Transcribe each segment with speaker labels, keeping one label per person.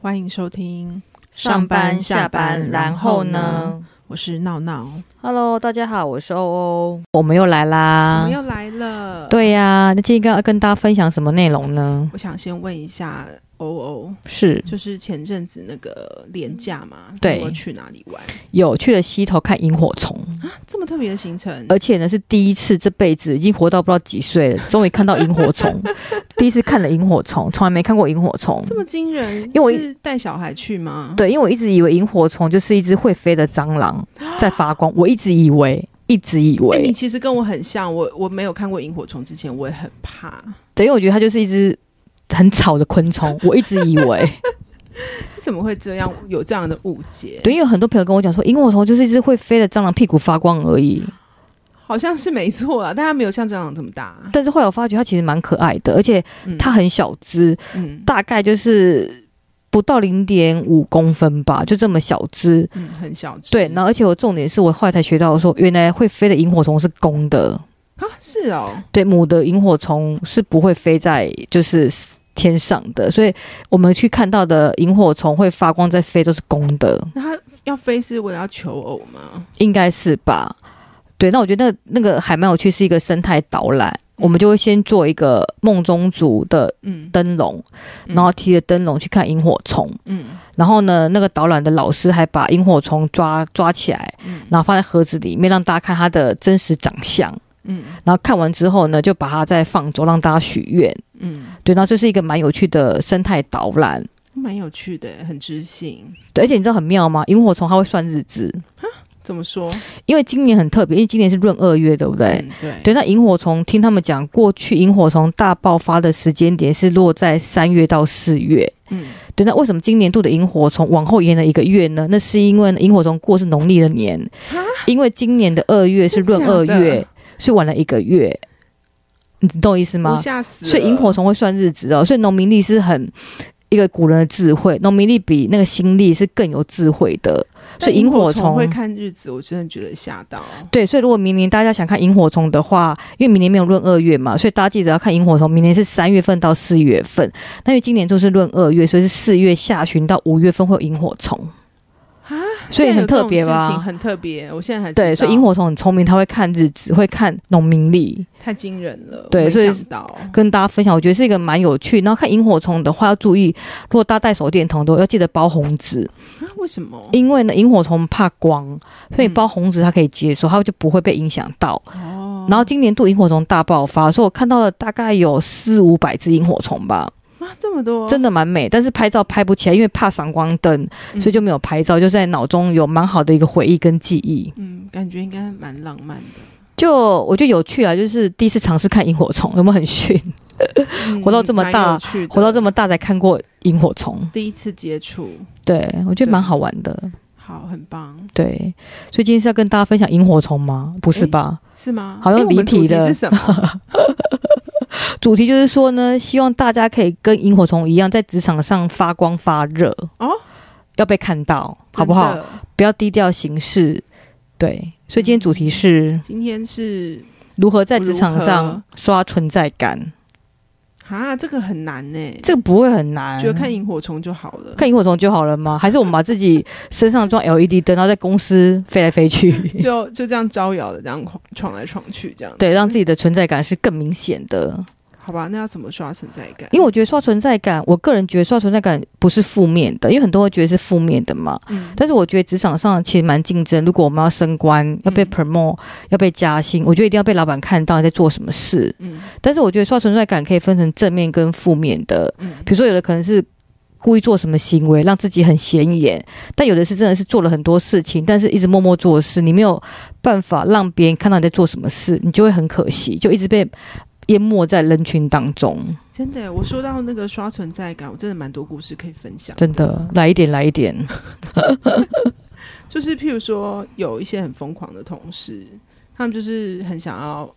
Speaker 1: 欢迎收听
Speaker 2: 上班下班，然后？呢
Speaker 1: 我是闹闹，
Speaker 2: ？Hello，大家好，我是欧欧，我们又来啦。
Speaker 1: 我们又来了。，
Speaker 2: 啊对呀、那今天要跟大家分享什么内容呢？
Speaker 1: 我想先问一下欧欧，
Speaker 2: 是
Speaker 1: 就是前阵子那个廉价嘛，
Speaker 2: 对
Speaker 1: 你有没有去哪里玩？
Speaker 2: 有去了溪头看萤火虫，
Speaker 1: 这么特别的行程，
Speaker 2: 而且呢是第一次这辈子已经活到不知道几岁 了，终于看到萤火 虫，第一次看了萤火虫，从来没看过萤火虫。
Speaker 1: 这么惊人，因
Speaker 2: 为我一
Speaker 1: 是带小孩去吗？，
Speaker 2: 对，因为我一直以为萤火虫就是一只会飞的蟑螂在发光，我一直以为，一直以
Speaker 1: 哎、你
Speaker 2: 为，
Speaker 1: 其实跟我很像，我我没有看过萤火虫之前，我也很怕，
Speaker 2: 对，因为我觉得它就是一只很吵的昆虫，我一直以为。
Speaker 1: 你怎么会这样有这样的误解？
Speaker 2: 对，因为有很多朋友跟我讲说，萤火虫就是一只会飞的蟑螂，屁股发光而已。
Speaker 1: 好像是没错啊，但它没有像蟑螂这么大，
Speaker 2: 但是后来我发觉它其实蛮可爱的，而且
Speaker 1: 嗯
Speaker 2: 它很小只，
Speaker 1: 嗯
Speaker 2: 大概就是不到零点五公分吧，就这么小只。
Speaker 1: 嗯很小只，
Speaker 2: 对，然后而且我重点是我后来才学到说，原来会飞的萤火虫是公的，
Speaker 1: 啊是哦，
Speaker 2: 对，母的萤火虫是不会飞在就是天上的，所以我们去看到的萤火虫会发光在飞都是公的。
Speaker 1: 那它要飞是为了要求偶吗？
Speaker 2: 应该是吧？对，那我觉得那那个还蛮有趣，是一个生态导览。我们就会先做一个梦中族的
Speaker 1: 嗯
Speaker 2: 灯笼，
Speaker 1: 嗯
Speaker 2: 然后提着灯笼去看萤火虫。
Speaker 1: 嗯
Speaker 2: 然后呢，那个导览的老师还把萤火虫抓抓起来，
Speaker 1: 嗯
Speaker 2: 然后放在盒子里面，让大家看它的真实长相。
Speaker 1: 嗯
Speaker 2: 然后看完之后呢，就把它再放走，让大家许愿。
Speaker 1: 嗯，
Speaker 2: 对，那这是一个蛮有趣的生态导览。
Speaker 1: 蛮有趣的，很知性。
Speaker 2: 对，而且你知道很妙吗？萤火虫它会算日子，
Speaker 1: 怎么说？
Speaker 2: 因为今年很特别，因为今年是闰二月，对不对？
Speaker 1: 嗯对
Speaker 2: 对，那萤火虫听他们讲，过去萤火虫大爆发的时间点是落在三月到四月。
Speaker 1: 嗯
Speaker 2: 对，那为什么今年度的萤火虫往后延了一个月呢？那是因为呢萤火虫过是农历的年，因为今年的二月是闰二
Speaker 1: 啊真假
Speaker 2: 月
Speaker 1: 的，
Speaker 2: 所以晚了一个月。你懂我意思
Speaker 1: 我
Speaker 2: 吗？
Speaker 1: 吓死了。
Speaker 2: 所以萤火虫会算日子哦，所以农民历是很一个古人的智慧，农民历比那个新历是更有智慧的。所
Speaker 1: 但
Speaker 2: 以萤火
Speaker 1: 虫
Speaker 2: 虫
Speaker 1: 会看日子，我真的觉得吓到。
Speaker 2: 对，所以如果明年大家想看萤火虫的话，因为明年没有闰二月嘛，所以大家记得要看萤火虫。明年是三月份到四月份，那因为今年就是闰二月，所以是四月下旬到五月份会有萤火虫
Speaker 1: 啊
Speaker 2: 所
Speaker 1: 现在
Speaker 2: 以
Speaker 1: 有这
Speaker 2: 很特
Speaker 1: 种
Speaker 2: 别
Speaker 1: 事情
Speaker 2: 吧？
Speaker 1: 很特别。我现在还知
Speaker 2: 对，
Speaker 1: 道
Speaker 2: 所以萤火虫很聪明，它会看日子，会看农民历。
Speaker 1: 太惊人了，
Speaker 2: 对
Speaker 1: 我没
Speaker 2: 所以
Speaker 1: 想到啊
Speaker 2: 跟大家分享，我觉得是一个蛮有趣。然后看萤火虫的话，要注意，如果大家带手电筒的话，要记得包红纸，
Speaker 1: 啊为什么？
Speaker 2: 因为呢，萤火虫怕光，所以
Speaker 1: 嗯
Speaker 2: 包红纸它可以接受，它就不会被影响到。
Speaker 1: 哦
Speaker 2: 然后今年度萤火虫大爆发，所以我看到了大概有四五百只萤火虫吧，
Speaker 1: 啊这么多，
Speaker 2: 真的蛮美。但是拍照拍不起来，因为怕闪光灯，
Speaker 1: 嗯
Speaker 2: 所以就没有拍照，就在脑中有蛮好的一个回忆跟记忆。
Speaker 1: 嗯，感觉应该蛮浪漫的。
Speaker 2: 就我觉得有趣啊，就是第一次尝试看萤火虫，有没有很 逊？
Speaker 1: 嗯
Speaker 2: 活到这么
Speaker 1: 蛮
Speaker 2: 大
Speaker 1: 有趣的
Speaker 2: 活到这么大才看过萤火虫，
Speaker 1: 第一次接触，
Speaker 2: 对我觉得蛮好玩的。
Speaker 1: 好，很棒，
Speaker 2: 对，所以今天是要跟大家分享萤火虫吗？不是吧？
Speaker 1: 是吗？
Speaker 2: 好像
Speaker 1: 诶我们
Speaker 2: 离题
Speaker 1: 主题
Speaker 2: 了
Speaker 1: 是什么？
Speaker 2: 主题就是说呢，希望大家可以跟萤火虫一样，在职场上发光发热
Speaker 1: 哦，
Speaker 2: 要被看到， 好不好
Speaker 1: 真？的？
Speaker 2: 不要低调行事。对，所以今天主题是
Speaker 1: 今天是
Speaker 2: 如何在职场
Speaker 1: 如何
Speaker 2: 上刷存在感。
Speaker 1: 啊，这个很难呢、
Speaker 2: 这个不会很难，
Speaker 1: 觉得看萤火虫就好了，
Speaker 2: 看萤火虫就好了吗？还是我们把自己身上装 LED 灯，然后在公司飞来飞 去？
Speaker 1: 就就这样招摇的，这样闯闯来闯去，这样
Speaker 2: 对，让自己的存在感是更明显的。
Speaker 1: 好吧？那要怎么刷存在感？
Speaker 2: 因为我觉得刷存在感，我个人觉得刷存在感不是负面的，因为很多人觉得是负面的嘛。
Speaker 1: 嗯
Speaker 2: 但是我觉得职场上其实蛮竞争，如果我们要升官、要被
Speaker 1: 嗯
Speaker 2: promote、要被加薪，我觉得一定要被老板看到你在做什么事。
Speaker 1: 嗯
Speaker 2: 但是我觉得刷存在感可以分成正面跟负面的，
Speaker 1: 嗯
Speaker 2: 比如说有的可能是故意做什么行为让自己很显眼，但有的是真的是做了很多事情，但是一直默默做事，你没有办法让别人看到你在做什么事，你就会很可惜，就一直被淹没在人群当中。
Speaker 1: 真的，我说到那个刷存在感，我真的蛮多故事可以分享。
Speaker 2: 真的，来一点，来一点，
Speaker 1: 就是譬如说，有一些很疯狂的同事，他们就是很想要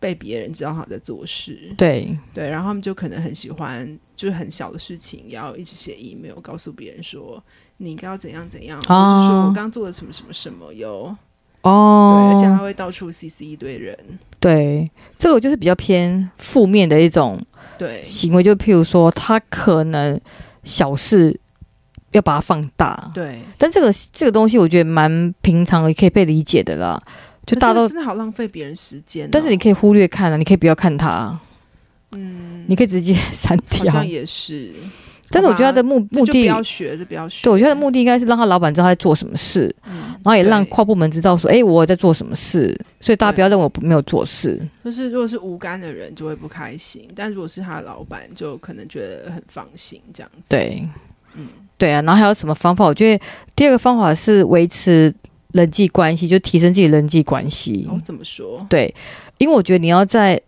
Speaker 1: 被别人知道他在做事，
Speaker 2: 对
Speaker 1: 对，然后他们就可能很喜欢，就是很小的事情也要一直写 email 告诉别人说你应该要怎样怎样，或是说我
Speaker 2: 哦
Speaker 1: 刚刚做了什么什么什么哟，对，
Speaker 2: 哦，
Speaker 1: 而且他会到处 CC 一堆人，
Speaker 2: 对这个我就是比较偏负面的一种
Speaker 1: 对，
Speaker 2: 行为，就譬如说他可能小事要把它放大。
Speaker 1: 对，
Speaker 2: 但这个这个东西，我觉得蛮平常，也可以被理解的啦。就大家
Speaker 1: 可
Speaker 2: 都
Speaker 1: 是，真的好浪费别人时间哦、
Speaker 2: 但是你可以忽略看啊，你可以不要看它啊，
Speaker 1: 嗯，
Speaker 2: 你可以直接删
Speaker 1: 好
Speaker 2: 掉
Speaker 1: 像。也是，
Speaker 2: 但是我觉得他的
Speaker 1: 好吧
Speaker 2: 目
Speaker 1: 这
Speaker 2: 目
Speaker 1: 就不
Speaker 2: 的，
Speaker 1: 要学，这不要学。
Speaker 2: 对我觉得他的目的应该是让他老板知道他在做什么事，
Speaker 1: 嗯，
Speaker 2: 然后也让
Speaker 1: 对
Speaker 2: 跨部门知道说，哎、我在做什么事。所以大家
Speaker 1: 对
Speaker 2: 不要认为我不没有做事。
Speaker 1: 就是如果是无干的人就会不开心，但如果是他的老板，就可能觉得很放心这样子。
Speaker 2: 对，
Speaker 1: 嗯
Speaker 2: 对啊。然后还有什么方法？我觉得第二个方法是维持人际关系，就提升自己人际关系。
Speaker 1: 哦，怎么说？
Speaker 2: 对，因为我觉得你要在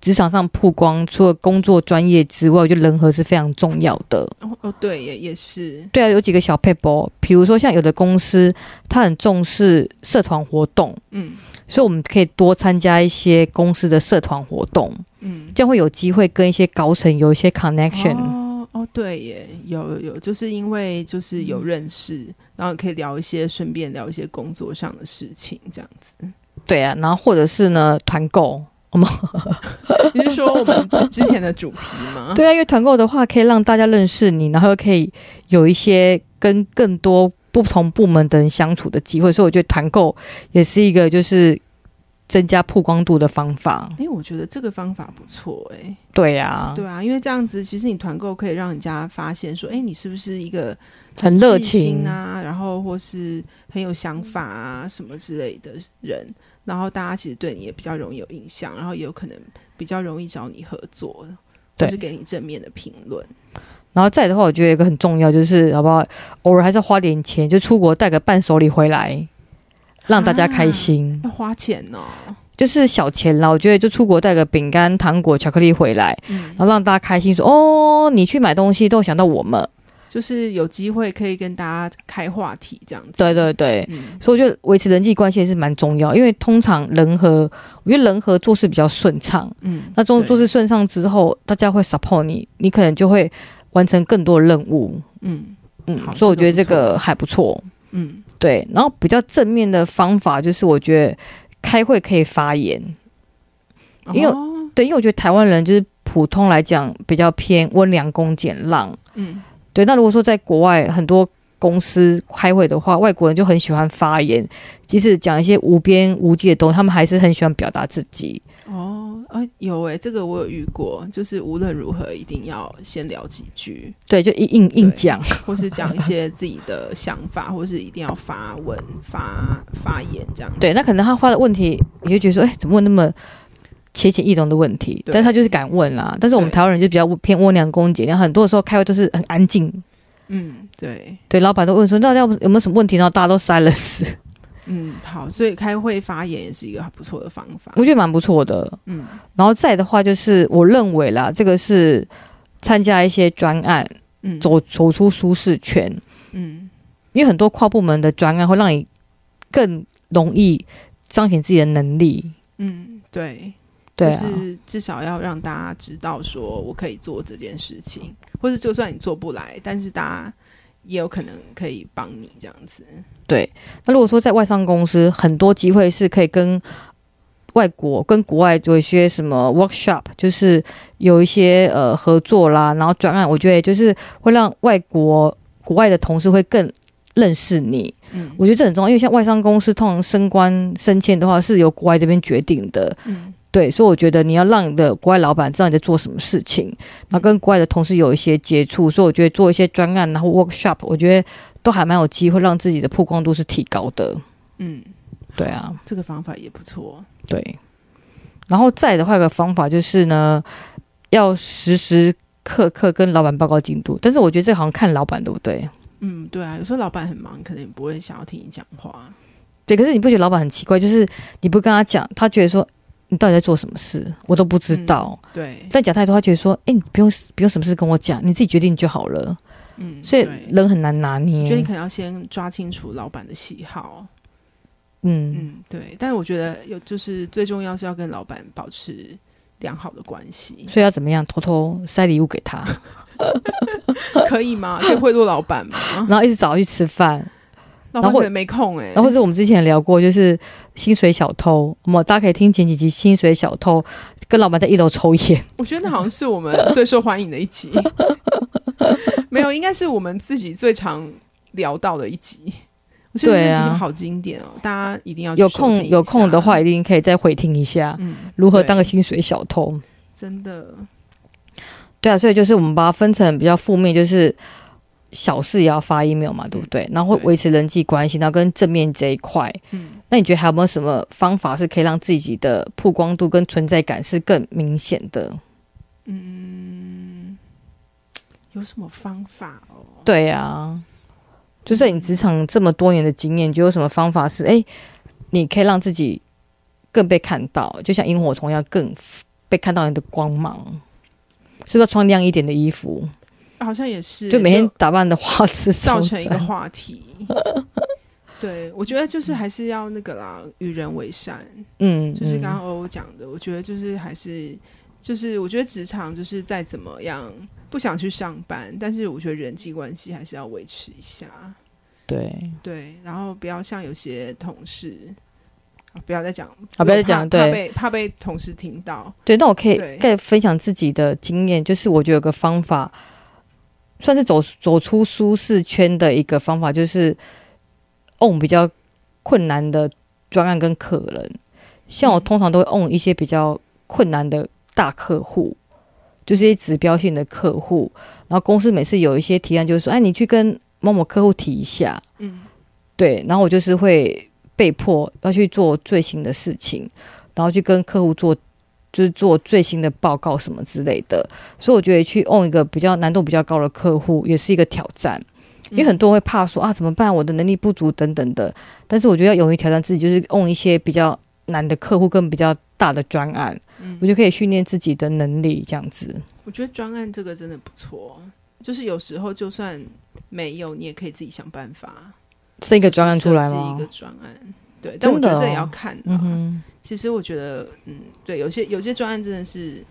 Speaker 2: 职场上曝光，除了工作专业之外，我觉得人和是非常重要的。
Speaker 1: 哦哦，对，也也是，
Speaker 2: 对啊，有几个小 p a p e 比如说像有的公司，它很重视社团活动，
Speaker 1: 嗯
Speaker 2: 所以我们可以多参加一些公司的社团活动，
Speaker 1: 嗯。
Speaker 2: 这样会有机会跟一些高层有一些 connection。
Speaker 1: 哦哦，对耶，有有有，就是因为就是
Speaker 2: 嗯
Speaker 1: 有认识，然后可以聊一些，顺便聊一些工作上的事情，这样子。
Speaker 2: 对啊，然后或者是呢团购。
Speaker 1: 你是说我们之之前的主题吗？
Speaker 2: 对啊，因为团购的话可以让大家认识你，然后又可以有一些跟更多不同部门的人相处的机会，所以我觉得团购也是一个就是增加曝光度的方法。
Speaker 1: 哎、我觉得这个方法不错哎、
Speaker 2: 对啊，
Speaker 1: 对啊，因为这样子，其实你团购可以让人家发现说，哎、你是不是一个
Speaker 2: 很热
Speaker 1: 细心
Speaker 2: 情，
Speaker 1: 啊，然后或是很有想法啊什么之类的人，然后大家其实对你也比较容易有印象，然后也有可能比较容易找你合作，
Speaker 2: 对
Speaker 1: 就是给你正面的评论。
Speaker 2: 然后再来的话，我觉得有一个很重要就是，好不好？偶尔还是要花点钱，就出国带个伴手礼回来，让大家开心，
Speaker 1: 要花钱哦，
Speaker 2: 就是小钱啦。我觉得就出国带个饼干、糖果、巧克力回来，
Speaker 1: 嗯
Speaker 2: 然，后让大家开心说哦，你去买东西都有想到我们。
Speaker 1: 就是有机会可以跟大家开话题这样子。
Speaker 2: 对对对，
Speaker 1: 嗯，
Speaker 2: 所以我觉得维持人际关系是蛮重要，因为通常人和我觉得人和做事比较顺畅，
Speaker 1: 嗯
Speaker 2: 那做
Speaker 1: 对
Speaker 2: 做事顺畅之后，大家会 support 你，你可能就会完成更多的任务。
Speaker 1: 嗯
Speaker 2: 嗯
Speaker 1: 好，
Speaker 2: 所以我觉得
Speaker 1: 这
Speaker 2: 这
Speaker 1: 个不错
Speaker 2: 个还不错。
Speaker 1: 嗯，
Speaker 2: 对，然后比较正面的方法就是，我觉得开会可以发言。因为
Speaker 1: 哦
Speaker 2: 对，因为我觉得台湾人就是普通来讲比较偏温良恭俭让。
Speaker 1: 嗯
Speaker 2: 对，那如果说在国外很多公司开会的话，外国人就很喜欢发言，即使讲一些无边无际的东西，他们还是很喜欢表达自己。
Speaker 1: 哦，啊，有诶、这个我有遇过，就是无论如何一定要先聊几句，
Speaker 2: 对，就硬硬硬讲。
Speaker 1: 或是讲一些自己的想法，或是一定要发文发发言这样。
Speaker 2: 对，那可能他花的问题，你就觉得说，哎，怎么问那么浅显易懂的问题？
Speaker 1: 对
Speaker 2: 但他就是敢问啦。但是我们
Speaker 1: 对
Speaker 2: 台湾人就比较偏温良恭俭让，很多时候开会都是很安静。
Speaker 1: 嗯，对，
Speaker 2: 对，老板都问说，那要不有没有什么问题？然后大家都 silence，
Speaker 1: 嗯，好，所以开会发言也是一个不错的方法
Speaker 2: 我。觉得蛮不错的。
Speaker 1: 嗯
Speaker 2: 然后再的话，就是我认为啦，这个是参加一些专案，
Speaker 1: 嗯，
Speaker 2: 走走出舒适圈，
Speaker 1: 嗯
Speaker 2: 因为很多跨部门的专案会让你更容易彰显自己的能力。
Speaker 1: 嗯，对，
Speaker 2: 对啊，
Speaker 1: 就是至少要让大家知道说我可以做这件事情，或者就算你做不来，但是大家也有可能可以帮你这样子。
Speaker 2: 对。那如果说在外商公司，很多机会是可以跟外国、跟国外有一些什么 workshop，就是有一些呃合作啦，然后专案，我觉得就是会让外国国外的同事会更认识你。
Speaker 1: 嗯
Speaker 2: 我觉得这很重要，因为像外商公司通常升官升迁的话是由国外这边决定的，
Speaker 1: 嗯
Speaker 2: 对，所以我觉得你要让你的国外老板知道你在做什么事情，然后跟国外的同事有一些接触，所以我觉得做一些专案然后 workshop，我觉得都还蛮有机会让自己的曝光度是提高的。
Speaker 1: 嗯，
Speaker 2: 对啊，
Speaker 1: 这个方法也不错。
Speaker 2: 对。然后再的话，有个方法就是呢，要时时刻刻跟老板报告进度，但是我觉得这好像看老板对不对？
Speaker 1: 嗯，对啊，有时候老板很忙，可能也不会想要听你讲话。
Speaker 2: 对，可是你不觉得老板很奇怪？就是你不跟他讲，他觉得说你到底在做什么事，我都不知道。
Speaker 1: 对，
Speaker 2: 再讲太多，他觉得说，哎、你不用不用什么事跟我讲，你自己决定就好了。
Speaker 1: 嗯，
Speaker 2: 所以
Speaker 1: 对
Speaker 2: 人很难拿
Speaker 1: 我觉得你
Speaker 2: 捏。
Speaker 1: 可能要先抓清楚老板的喜好，
Speaker 2: 嗯，
Speaker 1: 嗯，对。但我觉得有就是最重要是要跟老板保持良好的关系，
Speaker 2: 所以要怎么样偷偷塞礼物给他，
Speaker 1: 可以吗？可以贿赂老板 吗？
Speaker 2: 然后一直找他去吃饭，
Speaker 1: 老
Speaker 2: 然
Speaker 1: 板
Speaker 2: 后
Speaker 1: 可能没空哎、
Speaker 2: 然后或者我们之前聊过，就是薪水小偷，我们大家可以听前几集薪水小偷跟老板在一楼抽烟，
Speaker 1: 我觉得那好像是我们最受欢迎的一集， 没有，应该是我们自己最常聊到的一集。我觉得
Speaker 2: 对
Speaker 1: 那
Speaker 2: 啊
Speaker 1: 集好经典哦，大家一定要去
Speaker 2: 有
Speaker 1: 收听
Speaker 2: 空
Speaker 1: 一
Speaker 2: 有空的
Speaker 1: 下
Speaker 2: 话，一定可以再回听一下
Speaker 1: 嗯，
Speaker 2: 啊如何
Speaker 1: 对
Speaker 2: 当个薪水小偷。
Speaker 1: 真的
Speaker 2: 对啊，所以就是我们把它分成比较负面，就是小事也要发 email 嘛，对不对？然后会
Speaker 1: 嗯对
Speaker 2: 维持人际关系，然后跟正面这一块。
Speaker 1: 嗯
Speaker 2: 那你觉得还有没有什么方法是可以让自己的曝光度跟存在感是更明显的？
Speaker 1: 嗯有什么方法哦？
Speaker 2: 对啊，就在你职场这么多年的经验，你觉得有什么方法是哎，诶你可以让自己更被看到，就像萤火虫一样更被看到你的光芒？是不是要穿亮一点的衣服？
Speaker 1: 好像也是，
Speaker 2: 就每天啊打扮的花枝
Speaker 1: 造
Speaker 2: 招
Speaker 1: 成一个
Speaker 2: 展
Speaker 1: 话题。 对，我觉得就是还是要那个啦，与人为善，
Speaker 2: 嗯，
Speaker 1: 就是刚
Speaker 2: 嗯
Speaker 1: 刚欧欧讲的，我觉得就是还是就是我觉得职场就是再怎么样不想去上班，但是我觉得人际关系还是要维持一下，
Speaker 2: 对。
Speaker 1: 对，然后不要像有些同事。啊不要再讲
Speaker 2: 啊不要再讲
Speaker 1: 怕怕
Speaker 2: 对
Speaker 1: 被怕被同事听到，
Speaker 2: 对，那我可以
Speaker 1: 对
Speaker 2: 再分享自己的经验，就是我觉得有个方法，算是走走出舒适圈的一个方法，就是 on 比较困难的专案跟客人。像我
Speaker 1: 嗯
Speaker 2: 通常都会 on 一些比较困难的大客户，就是一些指标性的客户。然后公司每次有一些提案，就是说，哎，你去跟某某客户提一下，
Speaker 1: 嗯，
Speaker 2: 对，然后我就是会被迫要去做最新的事情，然后去跟客户做，就是做最新的报告什么之类的。所以我觉得去 on 一个比较难度比较高的客户也是一个挑战，
Speaker 1: 嗯
Speaker 2: 因为很多人会怕说啊怎么办，我的能力不足等等的。但是我觉得要勇于挑战自己，就是 on 一些比较难的客户跟比较大的专案，
Speaker 1: 嗯
Speaker 2: 我就可以训练自己的能力这样子。
Speaker 1: 我觉得专案这个真的不错，就是有时候就算没有，你也可以自己想办法。
Speaker 2: 是一个
Speaker 1: 就
Speaker 2: 专案
Speaker 1: 是
Speaker 2: 出来
Speaker 1: 设计
Speaker 2: 吗
Speaker 1: 一个？专案，对，但我觉
Speaker 2: 真的
Speaker 1: 得
Speaker 2: 哦
Speaker 1: 这也要看、
Speaker 2: 嗯
Speaker 1: 啊。
Speaker 2: 哼，
Speaker 1: 其实我觉得，嗯，对，有些有些专案真的是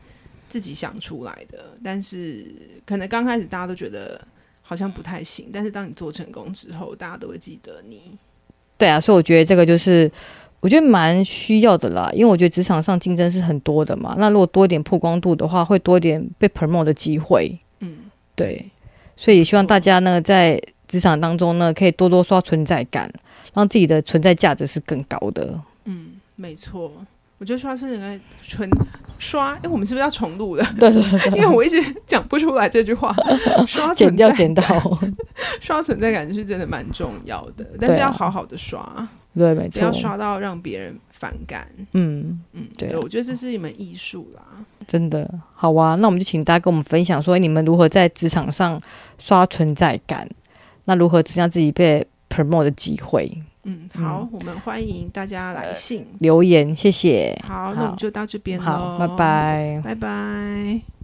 Speaker 1: 自己想出来的，但是可能刚开始大家都觉得好像不太行，但是当你做成功之后，大家都会记得你。
Speaker 2: 对啊，所以我觉得这个就是我觉得蛮需要的啦，因为我觉得职场上竞争是很多的嘛。那如果多一点曝光度的话，会多一点被 promote 的机会。
Speaker 1: 嗯，
Speaker 2: 对，所以也希望
Speaker 1: 没错
Speaker 2: 大家呢在职场当中呢，可以多多刷存在感，让自己的存在价值是更高的。
Speaker 1: 嗯，没错。我觉得刷存在感，存刷，哎、我们是不是要重录了？
Speaker 2: 对对对
Speaker 1: 因为我一直讲不出来这句 话，刷
Speaker 2: 剪
Speaker 1: 存在
Speaker 2: 掉 剪到，
Speaker 1: 刷存在感是真的蛮重要的，但是
Speaker 2: 对啊
Speaker 1: 要好好的刷，
Speaker 2: 对，没
Speaker 1: 不
Speaker 2: 错
Speaker 1: 要，刷到让别人反感。
Speaker 2: 嗯。
Speaker 1: 嗯，
Speaker 2: 对啊
Speaker 1: 我觉得这是一门艺术啦。
Speaker 2: 真的好啊，那我们就请大家跟我们分享说，诶你们如何在职场上刷存在感，那如何增加自己被 promote 的机会？
Speaker 1: 嗯，好，我们欢迎大家来信。
Speaker 2: 留言，谢谢。
Speaker 1: 好，那
Speaker 2: 好
Speaker 1: 我们就到这边
Speaker 2: 好，
Speaker 1: 喽，
Speaker 2: 拜，
Speaker 1: 拜
Speaker 2: 拜。
Speaker 1: 拜。